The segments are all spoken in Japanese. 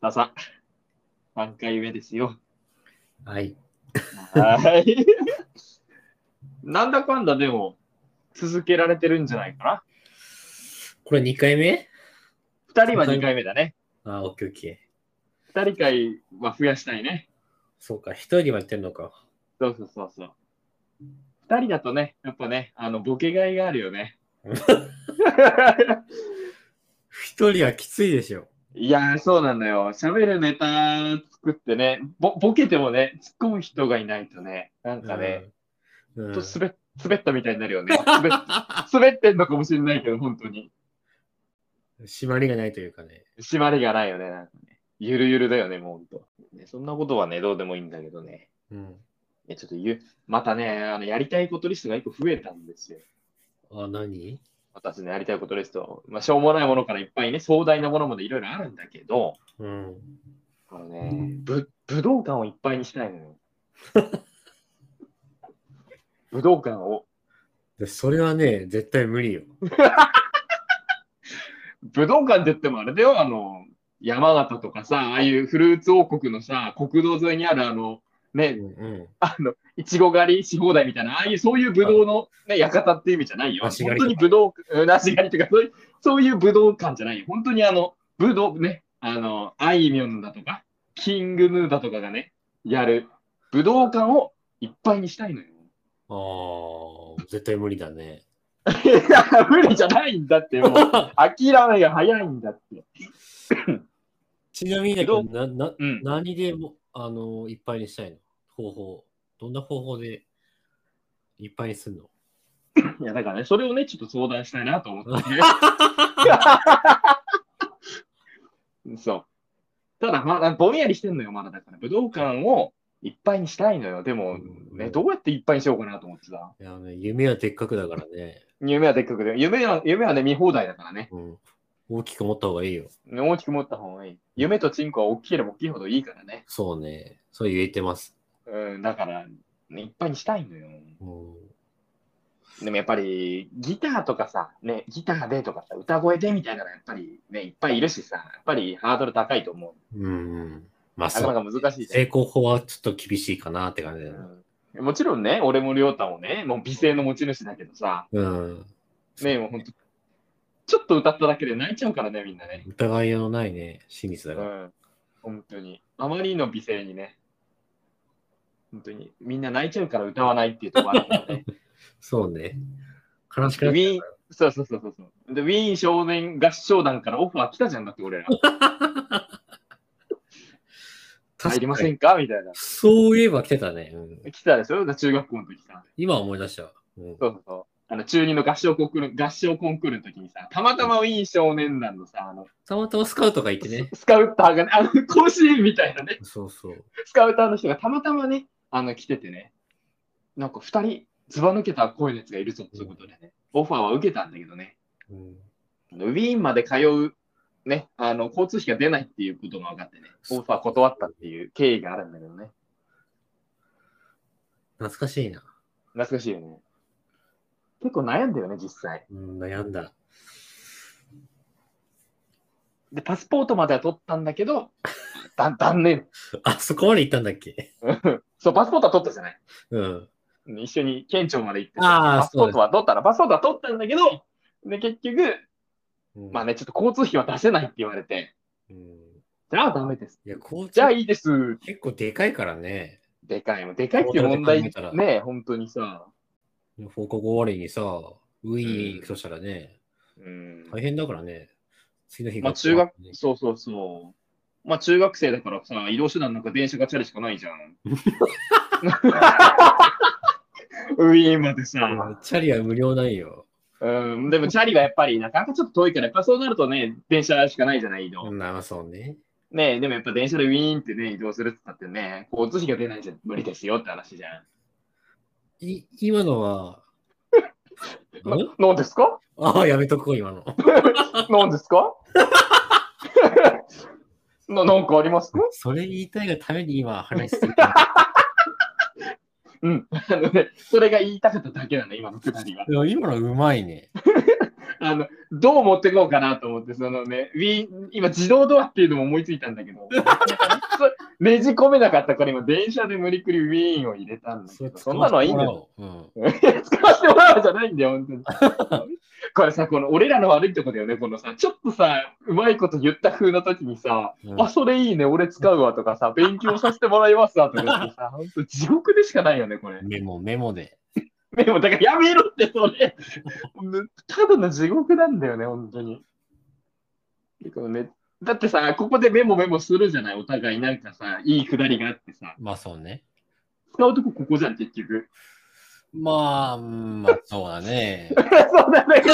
朝、3回目ですよ。はい。はい。なんだかんだでも、続けられてるんじゃないかこれ2回目な。2人は2回目だね。あ、オッケーオッケー。 2人会は増やしたいね。そうか、一人はやってんのか。そうそうそうそう。2人だとね、やっぱね、あの、ボケがいがあるよね。一人はきついでしょ。いやー、そうなんだよ。喋るネタ作ってね、ぼボケてもね、突っ込む人がいないとね、なんかね、うん。うんちょっと滑っ滑ったみたいになるよね。滑っ滑ってんのかもしれないけど、本当に。締まりがないというかね。締まりがないよね、なんかね。ゆるゆるだよね、もうほんと。ね、そんなことはね、どうでもいいんだけどね。うん。ねちょっとゆ、またね、あのやりたいことリストが一個増えたんですよ。あ、何私ね、やりたいことリスト。まあ、しょうもないものからいっぱいね、壮大なものまでいろいろあるんだけど、うん。あのね、ぶ武道館をいっぱいにしたいのよ。武道館を、でそれはね、絶対無理よ。武道館って言ってもあれだよ、あの、山形とかさ、ああいうフルーツ王国のさ、国道沿いにあるあの、ねう、ん、うん。あの、いちご狩りし放題みたいな、ああいうそういうブドウの、ね、館っていう意味じゃないよ。梨本狩り当とかにブドウ、うん梨狩りとか、そういう、そういう武道館じゃないよ。本当にあの、武道、ね、あの、あいみょんだとか、キングヌーだとかがね、やる武道館をいっぱいにしたいの よ。ああ、絶対無理だね。いや、無理じゃないんだって、もう、諦めが早いんだって。ちなみにだけど、な、な、うん。何でも、あの、いっぱいにしたいの方法。どんな方法でいっぱいにすんのいや、だからね、それをね、ちょっと相談したいなと思ってね。そう。ただ、まだぼんやりしてんのよ、まだだから。武道館をいっぱいにしたいのよ。でも、ね、どうやっていっぱいにしようかなと思ってさ。いや、ね、夢はでっかくだからね。夢はでっかくで。夢は、夢はね、見放題だからね。うん。大きく持った方がいいよ。大きく持った方がいい。夢とチンコは大きければ大きいほどいいからね。そうね。そう言えてます。うん、だから、ね、いっぱいにしたいのよ。うん。でもやっぱりギターとかさ、ね、ギターでとかさ、歌声でみたいなのやっぱりね、いっぱいいるしさ、やっぱりハードル高いと思う。うん。まあ、なそかう。なか難しい成ね。功法はちょっと厳しいかなって感じだな。うんもちろんね、俺もりょうたもね、もう美声の持ち主だけどさ、うん。ね、もうほんと、ちょっと歌っただけで泣いちゃうからね、みんなね。疑いようのないね、真実だうから。ん、本当に。あまりの美声にね、本当に、みんな泣いちゃうから歌わないっていうところあるからね。 そうね。悲しくウなっちゃうィーン、そうそうそうそうそう。で、ウィーン少年合唱団からオファー来たじゃんだって、俺ら。入りませ確かにんかみたいな。そういえば来てたね。うん来たでしょ中学校の時さ。今思い出した。うそうんそうそう。あの中二の合唱コンクール、合唱コンクールの時にさ、たまたまウィーン少年団のさ、あの、たまたまスカウトがいてね。スカウターがね、あの、甲子園みたいなね、そうそう。スカウターの人がたまたまね、あの、来ててね、なんか二人、ずば抜けた声のやつがいるぞ、ということでね、オファーは受けたんだけどね、うんあのウィーンまで通う、ね、あの、交通費が出ないっていうことが分かってね、オファー断ったっていう経緯があるんだけどね、懐かしいな。懐かしいよね。結構悩んだよね、実際。うん、悩んだ。で、パスポートまでは取ったんだけど、だ断念。あそこまで行ったんだっけそう、パスポートは取ったじゃない。うん。一緒に県庁まで行って、ああパスポートは取ったら、パスポートは取ったんだけど、で、結局、まあね。ね、ちょっと交通費は出せないって言われて、うんじゃあダメです。いや、こうじゃあいいです。結構でかいからね。でかいもん、でかいっていう問題ポータルで考えたね、本当にさ。報告終わりにさ、ウィーン行くとしたらね、うん。大変だからね。次の日まあ中学、そうそうそう。まあ中学生だからさ、移動手段なんか電車がチャリしかないじゃ ん。ウィーンまでさ。うんチャリは無料なんよ。うん、でもチャリはやっぱりなかなかちょっと遠いから、やっぱそうなるとね、電車しかないじゃない移動。うん、まあそうね。ねえでもやっぱ電車でウィーンってね、移動するって言ったってね、交通費が出ないじゃ無理ですよって話じゃん。い今のは、 なうんなんですかああ、やめとこう、今 の。なんですか ななんかありますかそれ言いたいがために今話して た。うん。あのね、それが言いたかっただけなの、今のくだりは。いや今のうまいね。あの、どう持ってこうかなと思って、そのね、ウィーン今自動ドアっていうのも思いついたんだけど、ねじ込めなかったから今電車で無理くりウィーンを入れたんだけど、そんなのはいいんだよ。よ。うん。使わせてもらおうじゃないんだよ、本当に。 これさ、この俺らの悪いとこだよね、このさ、ちょっとさ、うまいこと言った風な時にさ、うんあ、それいいね、俺使うわとか さ、勉強させてもらいますわとか言ってさ、本当地獄でしかないよね、これ。メモ、メモで。でも、だからやめろって、それ。ただの地獄なんだよね、本当に。だからね、だってさ、ここでメモメモするじゃない、お互いなんかさ、いいくだりがあってさ、まあそうね。使うとこここじゃん、結局。まあ、うんまあそう だね。そうなんだけど、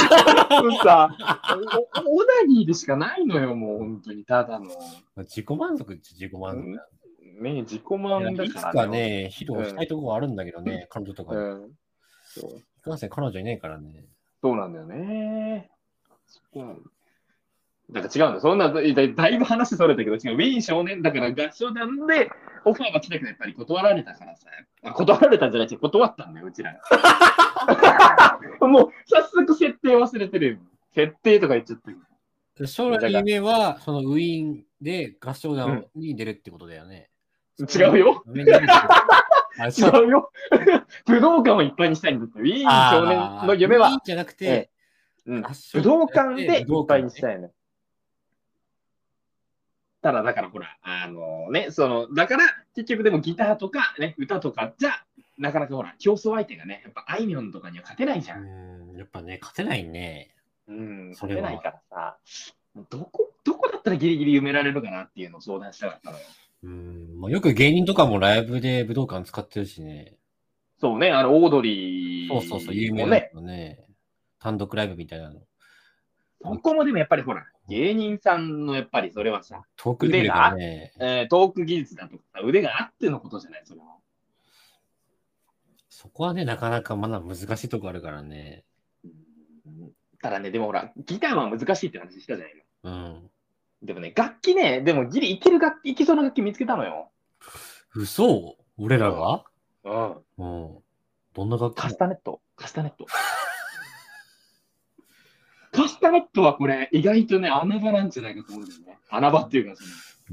さ、おオナニーでしかないのよ、もう本当に、ただの。まあ自己満足っちゃ自己満足だねえ自己満いやだいかつらか。ね、披露したいところはあるんだけどね、彼女とかうに。んそう。いかんせん彼女いないからね。そうなんだよね。そこなんだなんか違うんだ。そんな、だだいぶ話それたけど、違う。ウィーン少年だから合唱団でオファーが来たけど、やっぱり断られたからさ。あ断られたんじゃないし、断ったんだよ、うちらが。もう、早速設定忘れてるよ。設定とか言っちゃったけど。将来の夢は、そのウィーンで合唱団に出るってことだよね。違うよ。上に出るってこと。あ違う違うよ。武道館をいっぱいにしたいんだって。ウィーン 少年の夢いいは、じゃなくえて、うん合唱武道館でいっぱいにしたい。いの。ただ、だからほら、あのね、その、だから、結局でもギターとかね、歌とかじゃ、なかなかほら、競争相手がね、やっぱあいみょんとかには勝てないじゃん。うん、やっぱね、勝てないね。うん、そ勝れはてないからさ、どこ、どこだったらギリギリ埋められるかなっていうのを相談したかったのよ。うん、まあ、よく芸人とかもライブで武道館使ってるしね。そうね、あの、オードリーそもうね、そうそう、有名なのね。単独ライブみたいなの。そこもでもやっぱりほら、芸人さんのやっぱりそれはさ、トークでがね。えートーク技術だとかさ、腕があってのことじゃない、それは。そこはね、なかなかまだ難しいとこあるからね。ただね、でもほら、ギターは難しいって話したじゃないの。うん。でもね、楽器ね、でもギリいける楽器、いけそうな楽器見つけたのよ。嘘俺らがうん。うん。どんな楽器カスタネット。カスタネット。 カスタネットはこれ、意外とね、穴場なんじゃないかと思うんだよね。穴場っていうか、そ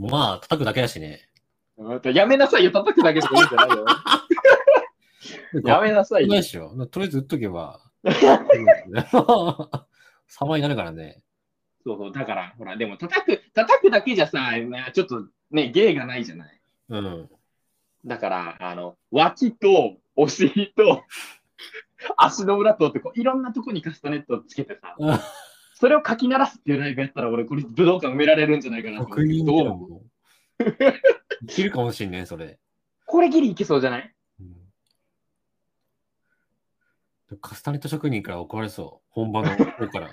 まあ、叩くだけだしね。のうんやめなさいよ、叩くだけとか言うんじゃ ないよ。やめなさいないよで。しょ。とりあえず打っとけ ば。 様になるからね。そうそう、だから、ほら、でも叩く、叩くだけじゃさ、なちょっとね、芸がないじゃない。うん。だから、あの、脇と、お尻と、 足の裏とってこう、いろんなとこにカスタネットをつけてさうん、それをかき鳴らすっていうライブやったら、俺、これ武道館埋められるんじゃないかなと思う職け人どだどう思うもん。いけるかもしんねそれ。これギリいけそうじゃないうんカスタネット職人から怒られそう。本場の方から。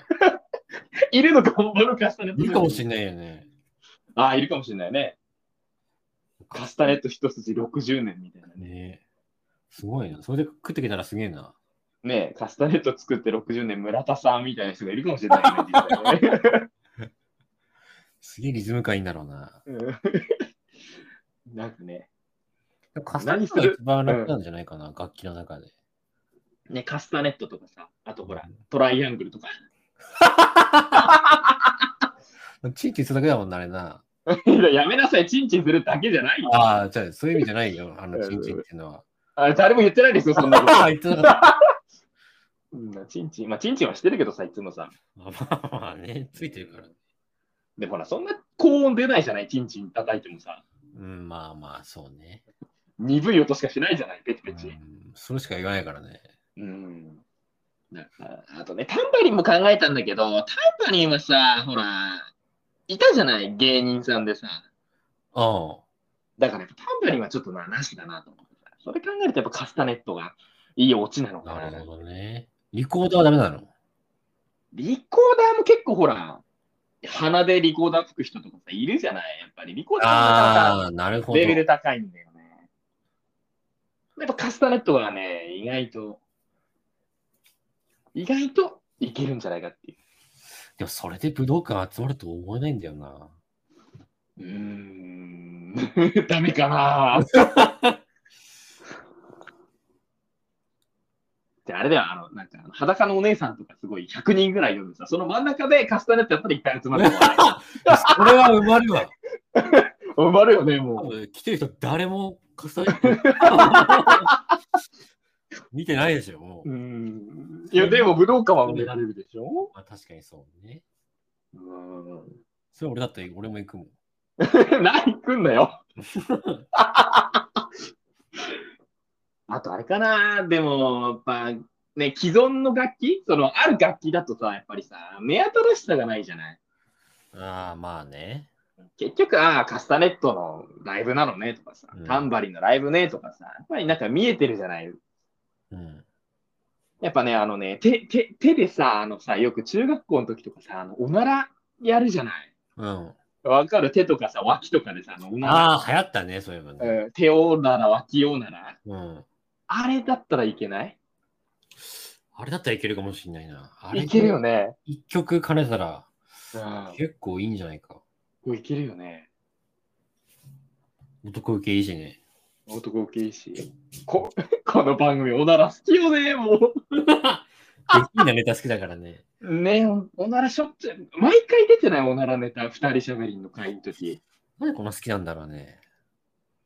いるのか、本物のカスタネット。いいかもしんんないよね。ああ、いるかもしれないね。カスタネット一筋60年みたいなね。ねすごいな。それで食ってきたらすげえな。ねえカスタネット作って60年、村田さんみたいな人がいるかもしれないよね実際 ね。すげえリズム感いいんだろうな。うんなんかね、カスタネットが一番楽なんじゃないかな、楽器の中で。ね、カスタネットとかさ、あとほら、トライアングルとか。 チンチンするだけだもんな、あれな。いややめなさい、チンチンするだけじゃないよ。ああ、じゃあ、そういう意味じゃないよ、あの、チンチンっていうのは。 あ誰も言ってないですよ、そん なこああ、言ってなかった。と。うん、チンチン、まあ、チンチンはしてるけどさ、いつもさ。まあまあね、ついてるから。でもほら、そんな高音出ないじゃない、チンチン叩いてもさ。うん、まあまあ、そうね。鈍い音しかしないじゃない、ペチうペチ。ん、それしか言わないからね。うん。なんかあとね、タンバリンも考えたんだけど、タンバリンはさ、ほら、いたじゃない、芸人さんでさ。あだからやっぱタンバリンはちょっとな、なしだなと思ってさ。それ考えるとやっぱカスタネットがいいオチなのあ、かなな。るほどね。リコーダーはダメなのリコーダーも結構ほら、鼻でリコーダー吹く人とかさ、いるじゃないやっぱりリコーダーもああ、なるさほど。レベル高いんだよね。やっぱカスタネットはね、意外と、意外といけるんじゃないかっていう。でも、それで武道館集まると思えないんだよな。うーん、 ダ メかなで、あれだよ、あの、なんか、あの裸のお姉さんとかすごい100人ぐらい呼んでさ、その真ん中でカスタネットやったらいっぱい集まる。それは埋ま るわ。埋まるよね、多も分来てる人誰も重ね 見てないでしょ、もう。う。うん。いや、でも武道館は埋められるでしょまあ、確かにそうね。うん。それ俺だって俺も行くもん。 何来んだよ。 あとあれかな、でも、やっぱ、ね、既存の楽器その、ある楽器だとさ、やっぱりさ、目新しさがないじゃないああ、まあね。結局、ああ、カスタネットのライブなのねとかさ、うんタンバリンのライブねとかさ、やっぱりなんか見えてるじゃない。うん。やっぱね、あのね、手、手、手でさ、あのさ、よく中学校の時とかさ、あの、おならやるじゃない。うん。わかる手とかさ、脇とかでさ、あの、おなああ、流行ったね、そういえばら、ね。うん、手おなら、脇おなら。うん。あれだったらいけないあれだったらいけるかもしれないな。あれいけるよね。一曲兼ねたらうん結構いいんじゃないか。これいけるよね。男受けいいしね。男受けいいし。こ、 この番組、おなら好きよね、もう。下品なネタ好きだからね。ねおならしょっちゅう、毎回出てないおならネタ、二人しゃべりの会の時。なんでこんな好きなんだろうね。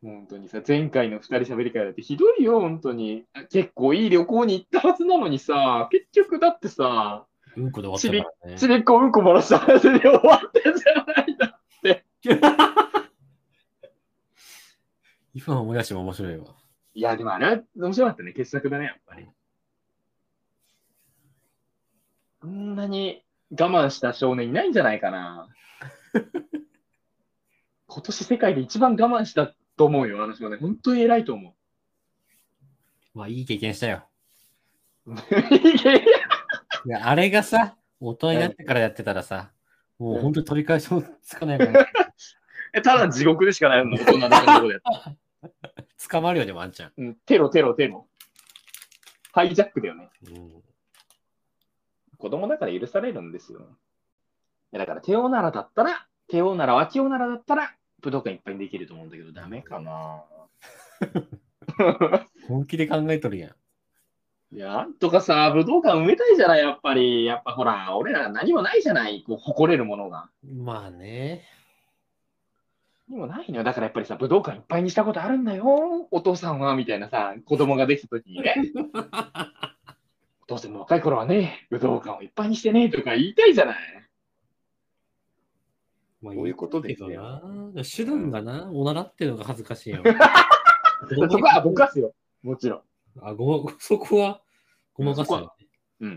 本当にさ、前回の二人喋り会だってひどいよ、本当に。あ結構いい旅行に行ったはずなのにさ、結局だってさ、うんこで終わったからちね。びっこうんこ漏らした話で終わってじゃないだ。今思い出しても面白いわ。いや、でもあれは面白かったね、傑作だね、やっぱり。こんなに我慢した少年いないんじゃないか な。今年世界で一番我慢したと思うよ、私はね。本当に偉いと 思う。まあいい経験したよ。いやいやいやあれがさ、大人になってからやってたらさ、もう本当に取り返しもつかな いから、えただ地獄でしかないの、こんなところで。捕まるよね、ワンちゃん。 うん、テロテロテロ。ハイジャックだよね。うん子供だから許されるんですよ。いやだから、手オならだったら、手オなら、脇オならだったら、武道館いっぱいにできると思うんだけど、ダメかな。本気で考えとるやん。いや、なんとかさ、武道館埋めたいじゃない、やっぱり。やっぱほら、俺ら何もないじゃない、こう誇れるものが。まあね。何もないのよ。だからやっぱりさ、武道館いっぱいにしたことあるんだよ、お父さんは、みたいなさ、子供ができた時 にね。お父さんも若い頃はね、武道館をいっぱいにしてね、とか言いたいじゃない。まあそういうことですけよどな。手段がな、おならっていうのが恥ずかし いよ。そこはぼかすよ。もちろん。あごそこはごまかすよ、己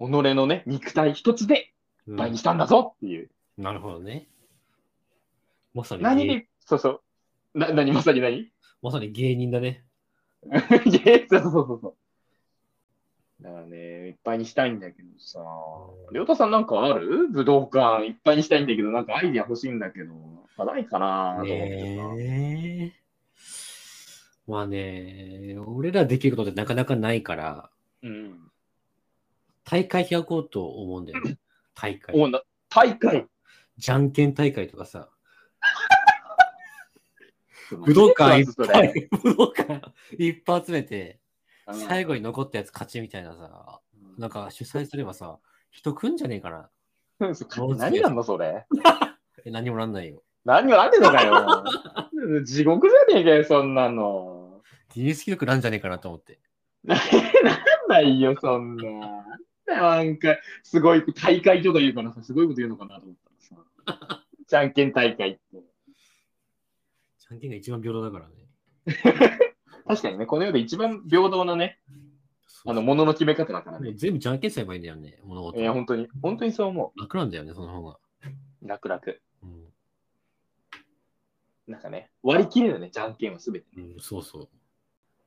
のね、肉体一つでう倍にんしたんだぞっていう。なるほどね。まさに何芸で、そうそう。な、何まさに何いまさに芸人だね。や そうそうそうそう。だからね、いっぱいにしたいんだけどさ。りょうたさんなんかある武道館いっぱいにしたいんだけど、なんかアイディア欲しいんだけど、ないかなと思ってさ。ねえ。まあね、俺らできることってなかなかないから、うん。大会開こうと思うんだよね。大会。おな大会じゃんけん大会と かさ、武道館いっぱい、武道館いっぱい集めて、最後に残ったやつ勝ちみたいなさ、なんか主催すればさ、人来んじゃねえかな。うん 何なんのそれえ何もなんないよ。何をあってんのか よ。地獄じゃねえかよ、そんなの。ギネス記録なんじゃねえかなと思って。なんないよ、そんな。なんか、すごい、大会とか言うからさ、すごいこと言うのかなと思ったらさ。じゃんけん大会って。じゃんけんが一番平等だからね。確かにね、この世で一番平等なね、あの、ものの決め方だからもねう。全部じゃんけんすればいいんだよね。物事いや、本当に、本当にそう思楽なんだよね、その方が。う。楽々。うんなんかね、割り切れるね、じゃんけんはすべて。うん、そうそう。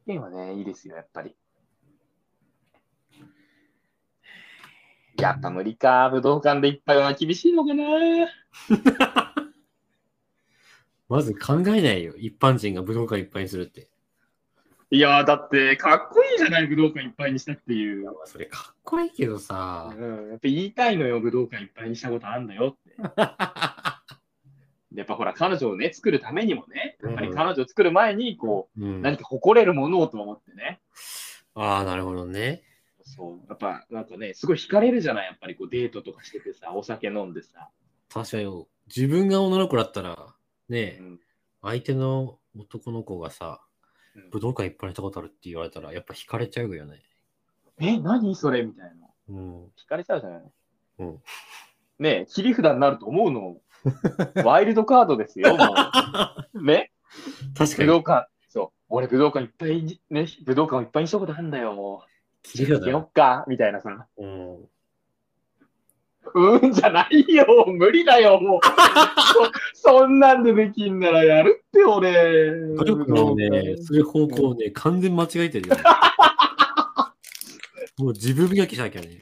じゃんけんはね、いいですよ、やっぱり。やっぱ無理か、武道館でいっぱいは厳しいのかな。まず考えないよ。一般人が武道館いっぱいにするって。いやー、だって、かっこいいじゃない、武道館いっぱいにしたっていう。それかっこいいけどさ。うん、やっぱ言いたいのよ、武道館いっぱいにしたことあるんだよ って。やっぱほら、彼女をね、作るためにもね、やっぱり彼女を作る前に、こう、うん、何か誇れるものをと思ってね。ああ、なるほどね。そう。やっぱ、なんかね、すごい惹かれるじゃないやっぱりこうデートとかしててさ、お酒飲んでさ。確かに、自分が女の子だったら、ねえ、うん相手の男の子がさうん、武道館いっぱいに行ったことあるって言われたら、やっぱ惹かれちゃうよね。え、何それみたいな。うん。惹かれちゃうじゃないうんねえ、切り札になると思うの。 ワイルドカードですよ、も う。ね確か武に、道館、そう、俺武道館いっぱいに、ね、武道館をいっぱいにしたことあるんだよ、も切りう。札よっか、みたいなさ。うん。うーんじゃないよ、無理だよ、もう。 そそんなんでできんならやるって、俺。努力をね、する方向をね、完全に間違えてるよ、 ね。もう自分磨きしなきゃね。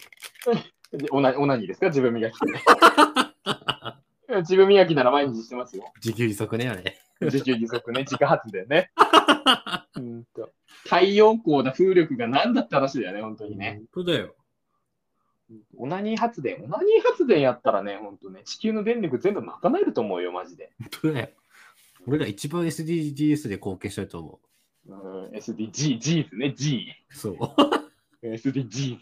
武道館オナオナニーですか、自分磨き。 自分磨きなら毎日してますよ。自給自足ね、あれ。自給自足ね、自家発電 ね。うんと太陽光だ、風力が何だって話だよね、本当にね。本当だよ。オナニー発電、オナニー発電やったらね、本当ね、地球の電力全部賄えると思うよ、マジで。本当だよ。俺ら一番 SDGs で貢献してると思うん、SDG、G's ね、G。う。そう。 SDGs。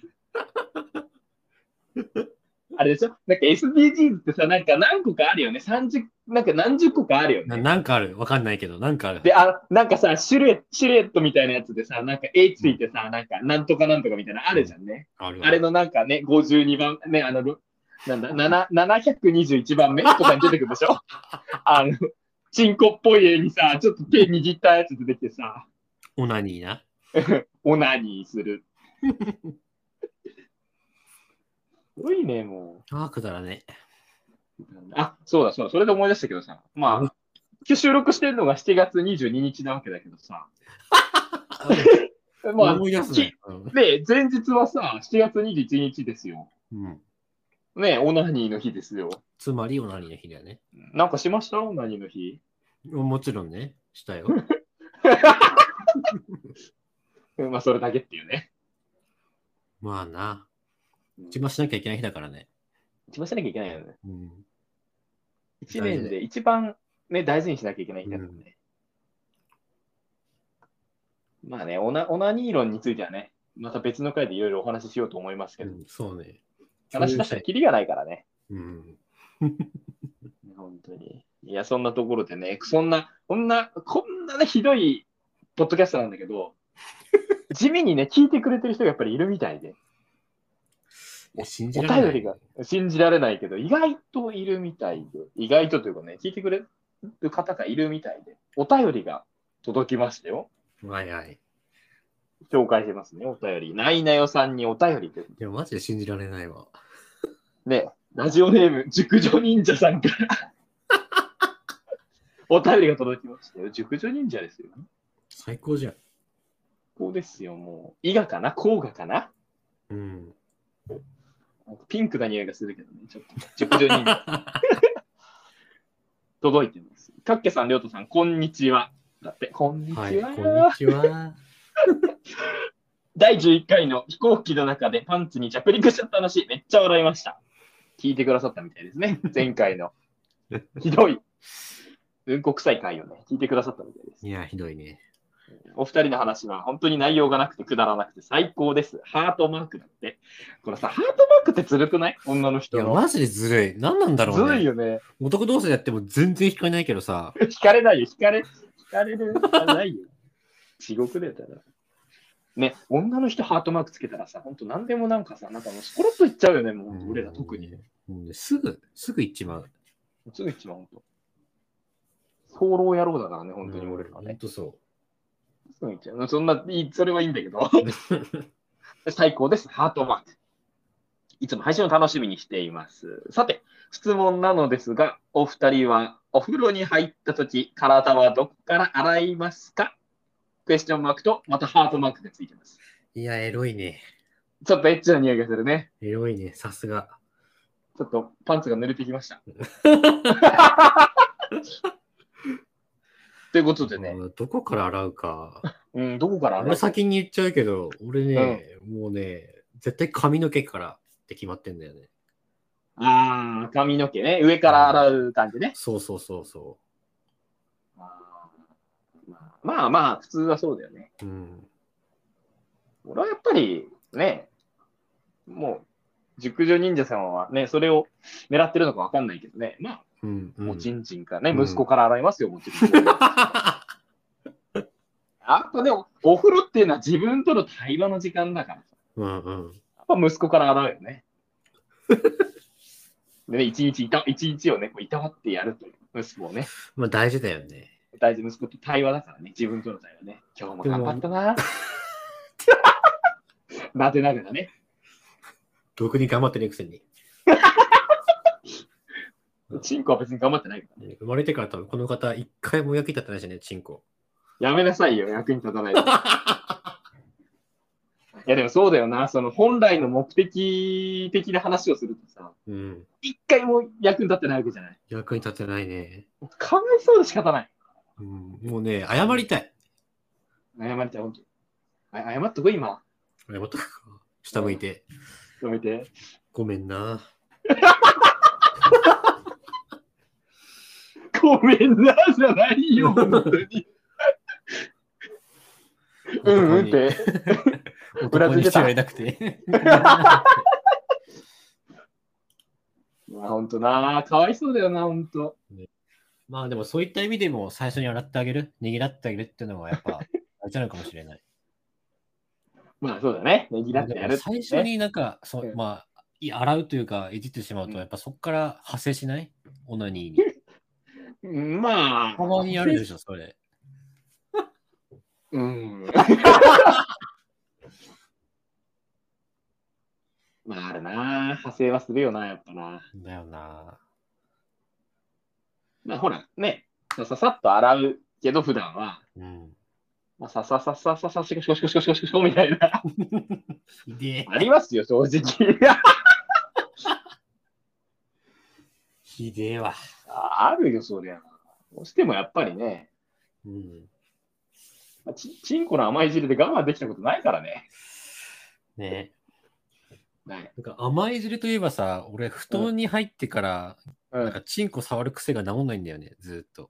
あれでしょなんか SDGs ってさ、なんか何個かあるよね。30なんか何十個かあるよなね。なんかある。わかんないけど、なんかある。で、あ、なんかさ、シルエット、シルエットみたいなやつでさ、なんか A ついてさ、なんかなんとかなんとかみたいなのあるじゃんね。あるあれのなんかね、52番、ね、あの、ろなんだ、なな721番目とかに出てくるでしょあの、チンコっぽい絵にさ、ちょっと手握ったやつ出てきてさ。オナニーな。オナニーする。すごいね、もああ、くだ らね。う。あ、そうだそうだ、それで思い出したけどさ、まあ、今日収録してるのが7月22日なわけだけどさ、まあ、思い出すね。うんで、前日はさ、7月21日ですよ。うん。ね、オナニーの日ですよ。つまりオナニーの日だよね。なんかしましたオナニーの日。もちろんね、し たよ。うんまあ、それだけっていうね。まあな。一一番しなきゃいけない日だからね。番しなきゃいけないよね。うん。一年で一番、ね、大事にしなきゃいけない日だからね。まあねオナ、オナニー論についてはね、また別の回でいろいろお話ししようと思いますけうど、んそうね。話し出したらキリがないからね。うん。本当に。いや、そんなところでね、そんな、こんな、こんなね、ひどいポッドキャストなんだけど、地味にね、聞いてくれてる人がやっぱりいるみたいで、いや信じおられない。便りが信じられないけど、意外といるみたいで、意外とというかね、聞いてくれる方がいるみたいで、お便りが届きましたよ。はいはい。紹介してますね、お便り。ないなよさんにお便りです。でもマジで信じられないわ。ね、ラジオネーム、熟女忍者さんから。 お便りが届きましたよ。熟女忍者ですよ。最高じゃん。こうですよ、もう。伊賀かな甲賀かなうん。ピンクな匂いがするけどね、ちょっと。熟女忍者。 届いてます。かっけさん、りょうとさん、こんにちは。だって、こんにちは。はい、こんにちは。第11回の飛行機の中でパンツに着陸しちゃった話、めっちゃ笑いました。聞いてくださったみたいです ね。前回の。ひどい。うんこ臭い回をね、聞いてくださったみたいですい。や、ひどいね。お二人の話は本当に内容がなくてくだらなくて最高です。ハートマークだって。これさ、ハートマークってずるくない女のい人や、の。マジでずるい。何なんだろずうるいね。よね。男同士でやっても全然引かれないけどさ。 惹かれないよ。惹かれ、惹かれる。惹かれないよ。地獄だよ、ただ。ね、女の人ハートマークつけたらさ、本当何でもなんかさ、なんかもうスコロッといっちゃうよね、もう俺ら特に。うん。すぐ、すぐ行っちまう。すぐ行っちまう、ほんと。早漏野郎だからね、本当に俺らはほんね。とそすぐ行っちゃう。そんな、いいそれはいいんだけど。最高です。ハートマーク。いつも配信を楽しみにしています。さて、質問なのですが、お二人はお風呂に入ったとき、体はどこから洗いますかクエスチョンマークと、またハートマークがついてます。う。いや、エロいね。ちょっとエッチな匂いがするね。エロいね。さすが。ちょっとパンツが濡れてきました。ということでね、まあどこから洗うか。うん、どこから洗俺うか先に言っちゃうけど、俺ね、もうね、絶対髪の毛からって決まってんだよね。ああ、髪の毛ね。上から洗う感じね。そうそうそうそあーまあまあ、普通はそうだよね。う。うん。俺はやっぱりね、もう、熟女忍者様はね、それを狙ってるのかわかんないけどね。まあ、うん、うんおちんちんかね、うん息子から洗いますよ、もちろん。あとでも、お風呂っていうのは自分との対話の時間だから。 うんうん。やっぱ息子から洗うよね。でね、一日いた、一日をね、こういたわってやるという。息子をね、まあ大事だよね。大事息子と対話だからね、自分との対話ね。今日も頑張ったな。 なでなでだね。僕に頑張ってねくせに。チンコは別に頑張ってないからね。生まれてから多分この方、一回も役に立ってないしね、チンコ。やめなさいよ、役に立たない で。いや、でもそうだよな、その本来の目的的な話をするとさ、うん。一回も役に立ってないわけじゃない。役に立ってないね。かわいそうで仕方ない。うん、もうね、謝りたい。謝りたい、本当に。あ謝っとこ、今。謝ったか。下向いて。止めて。ごめんな。ごめんな、じゃないよ、 本当に。うんうんって。裏付男けにしてたはいなく て。まあ、本当な、かわいそうだよな、本当。まあでもそういった意味でも最初に洗ってあげる、握らってあげるっていうのがやっ ぱ大事なのかもしれない。まあ、そうだね。ねぎらってでやもるってね、最初になんか、そうんうまあ、い洗うというか、いじってしまううんと、やっぱそこから派生しないオナニーに。うん。まあ。たまにあるでしょ、それ。うん。まあ、あるな。派生はするよな、やっぱな。だよな。まあ、ほら、ね。さささっと洗うけど、普段は。うん。まあ、ささささささしこしこしこしこしこしこしこみたいな。ひでありますよ、正直。え。ひでえわ。ああるよ、そりゃ。どうしてもやっぱりね、うん。まあちちんこの甘い汁で我慢できたことないからね。ねない。なんか甘い汁といえばさ、俺、布団に入ってから、うなんんか、チンコ触る癖が治んないんだよね、ずーっと。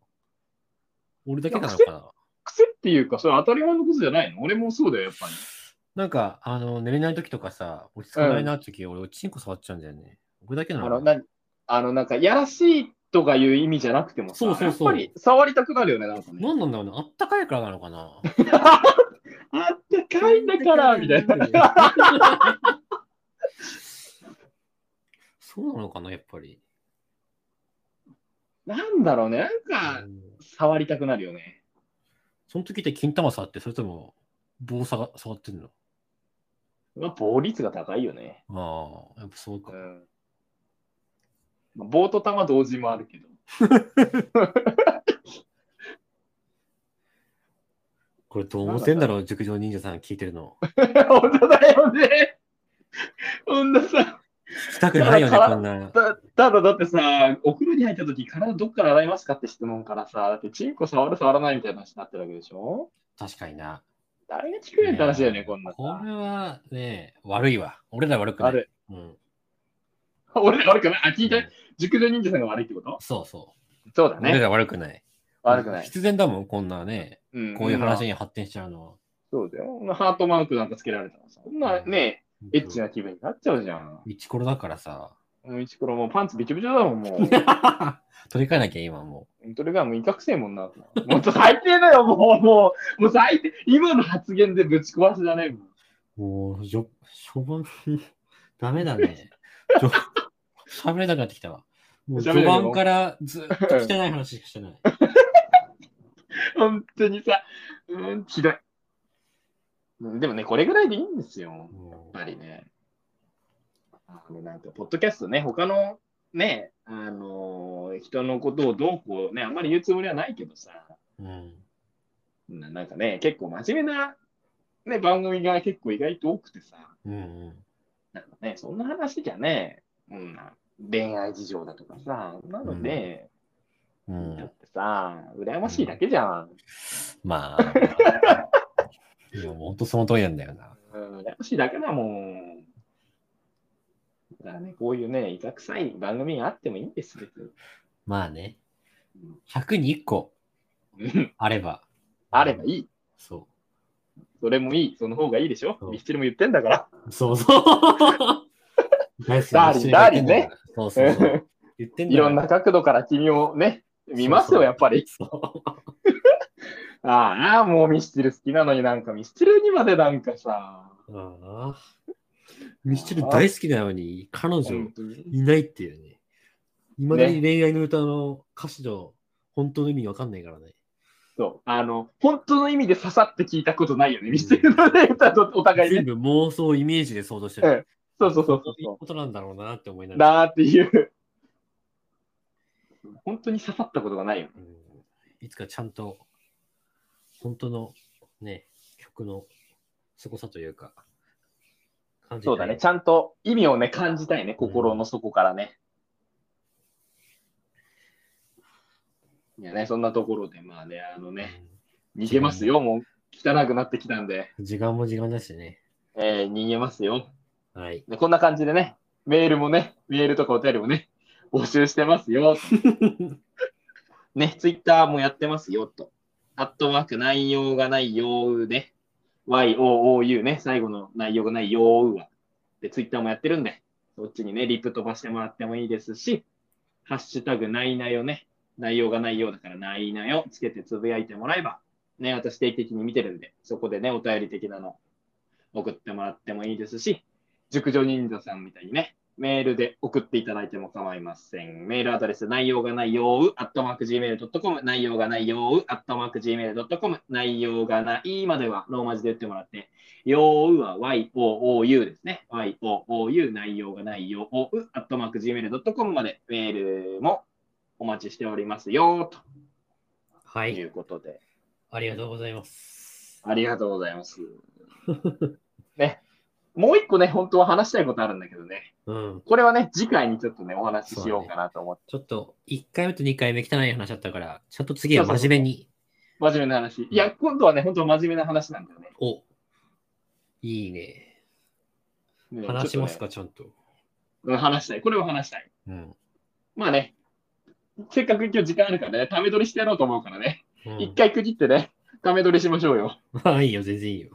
俺だけなのかな癖っていうか、それ当たり前のことじゃないの俺もそうだよ、やっぱり。なんか、あの、寝れない時とかさ、落ち着かないなって時、俺、チンコ触っちゃうんだよね。俺だけなあのの、かななあのなんか、やらしいとかいう意味じゃなくてもさ、そうそうそうやっぱり触りたくなるよね、なんかね。なんなんだろうね、あったかいからなのかなあったかいんだから、みたいな。な。 そうなのかな、やっぱり。なんだろうね、なんか、うん触りたくなるよね。その時って金玉触って、それとも棒さが触ってんのまあ、棒率が高いよね。ああ、やっぱそうかう。ん。まあ、棒と玉同時もあるけど。これどう思ってんだろう、熟女忍者さん聞いてる の。本当だよね。女さ、聞きたくないよ ね、だからこんな。だただだってさ、お風呂に入った時、体どっから洗いますかって質問からさ、だってチンコ触る触らないみたいな話になってるわけでしょ確かにな。誰が聞くねんって話だよね、こんなこさ。れはね、悪いわ。俺ら悪くない。悪うん。 俺ら悪くないあ、聞いうんて、熟女忍者さんが悪いってことそうそう。そうだ俺ね。ら悪くない。悪くない。必然だもん、こんなね。うんこういう話まあに発展しちゃうのは。そうだよ。ハートマークなんかつけられたらさ、そんなね、エッチな気分になっちゃうじゃん。一コロだからさ。もう一頃もうパンツびちょびちょだもん、もう。 取り替えなきゃ、今もそれがもう威嚇せえもんな。もっと最低だよ、もう、もう、もう最低。今の発言でぶち壊しだね。もうう。もう、じょ、序盤、ダメ だね。じょ喋れなくなってきたわ。もう喋れ序ないよ盤からずっと汚い話しかしてない。 本当にさ、うん、ひどい。うんでもね、これぐらいでいいんですよ。もやっぱりね。あのなんか、ポッドキャストね、他のね、あのー人のことをどうこうね、あんまり言うつもりはないけどさ、ううん。ななんかね、結構真面目な、ね、番組が結構意外と多くてさ、うんうん。なんかね、そんな話じゃね、うん、恋愛事情だとかさ、なので、うだっん、てさ、羨ましいだけじゃん。まあ。いや、もう本当その通りなんだよな。うん、羨ましいだけだもん。だからね、こういうね、いざくさい番組があってもいいんです、別に。まあね。100に1個うんあれば。あればいい。そそれもいい。その方がいいでしょそうミスチルも言ってんだから。 う。そうそう。大好きダーリンダーリンね。そうそうそう。言ってんだいろんな角度から君をね、見ますよ、やっぱり。そうああ、もうミスチル好きなのになんかミスチルにまでなんかさ。ああミスチル大好きなのに、彼女本当にいないっていうね。いまだに恋愛の歌の歌詞の本当の意味わかんないからね。そう。あの、本当の意味で刺さって聞いたことないよね。ミスチルのね、歌とお互い全ね。部妄想イメージで想像してうんる。そうそうそうそういいことなんだろうなって思いながら。なーっていう。本当に刺さったことがないよね。うんいつかちゃんと、本当のね、曲の凄さというか、感じたいそうだね。ちゃんと意味をね、感じたいね。心の底からね。いやね、そんなところで、まあね、あのね、逃げますよ。もう汚くなってきたんで、うん時間も時間だしね。えー逃げますよ。はい。でこんな感じでね、メールもね、メールとかお便りもね、募集してます よ。ね、ツイッターもやってますよ、と。アットワーク内容がないようで、YOOU ね、最後の内容がないようは。で、ツイッターもやってるんで、そっちにね、リプ飛ばしてもらってもいいですし、ハッシュタグないなよね、内容がないようだからないなよつけてつぶやいてもらえば、ね、私定期的に見てるんで、そこでね、お便り的なの送ってもらってもいいですし、熟女忍者さんみたいにね、メールで送っていただいても構いません。メールアドレス、内容がないよう、アットマーク Gmail.com、内容がないよう、アットマーク Gmail.com、内容がないまではローマ字で言ってもらって、ようは YOOU ですね。YOOU、内容がないよう、アットマーク Gmail.com までメールもお待ちしておりますよ、はといい。うことで、ありがとうございます。ありがとうございます。ね、もう一個ね、本当は話したいことあるんだけどね。うん。これはね、次回にちょっとね、お話ししようかなと思って、ちょっと、1回目と2回目汚い話だったから、ちゃんと次は真面目に。真面目な話。いや、今度はね、本当は真面目な話なんだよね。おいいね。ね話しますちょっか、ちゃんと。とねうん話したい。これを話したい。うん。まあね、せっかく今日時間あるからね、ため撮りしてやろうと思うからね、うん一、回区切ってね、ため撮りしましょうよ。ま あいいよ、全然いいよ。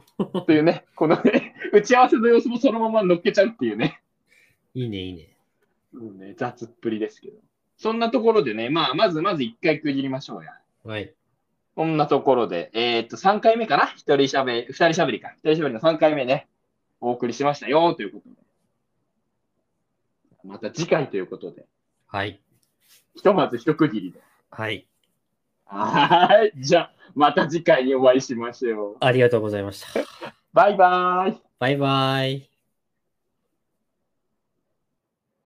というね、このね、打ち合わせの様子もそのまま乗っけちゃうっていうね、いいね、いいね。うんね雑っぷりですけど。そんなところでね、まあ、まずまず一回区切りましょうや。はい。こんなところで、えーっと、3回目かな一人しゃべり、二人しゃべりか。二人しゃべりの3回目ね、お送りしましたよ、ということで。また次回ということで、はい。ひとまず一区切りで。はい。はーい。じゃあ、また次回にお会いしましょう。ありがとうございました。バイバーイ。バイバイ。